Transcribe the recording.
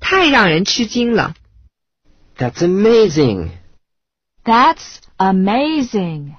太让人吃惊了。 That's amazing. That's amazing.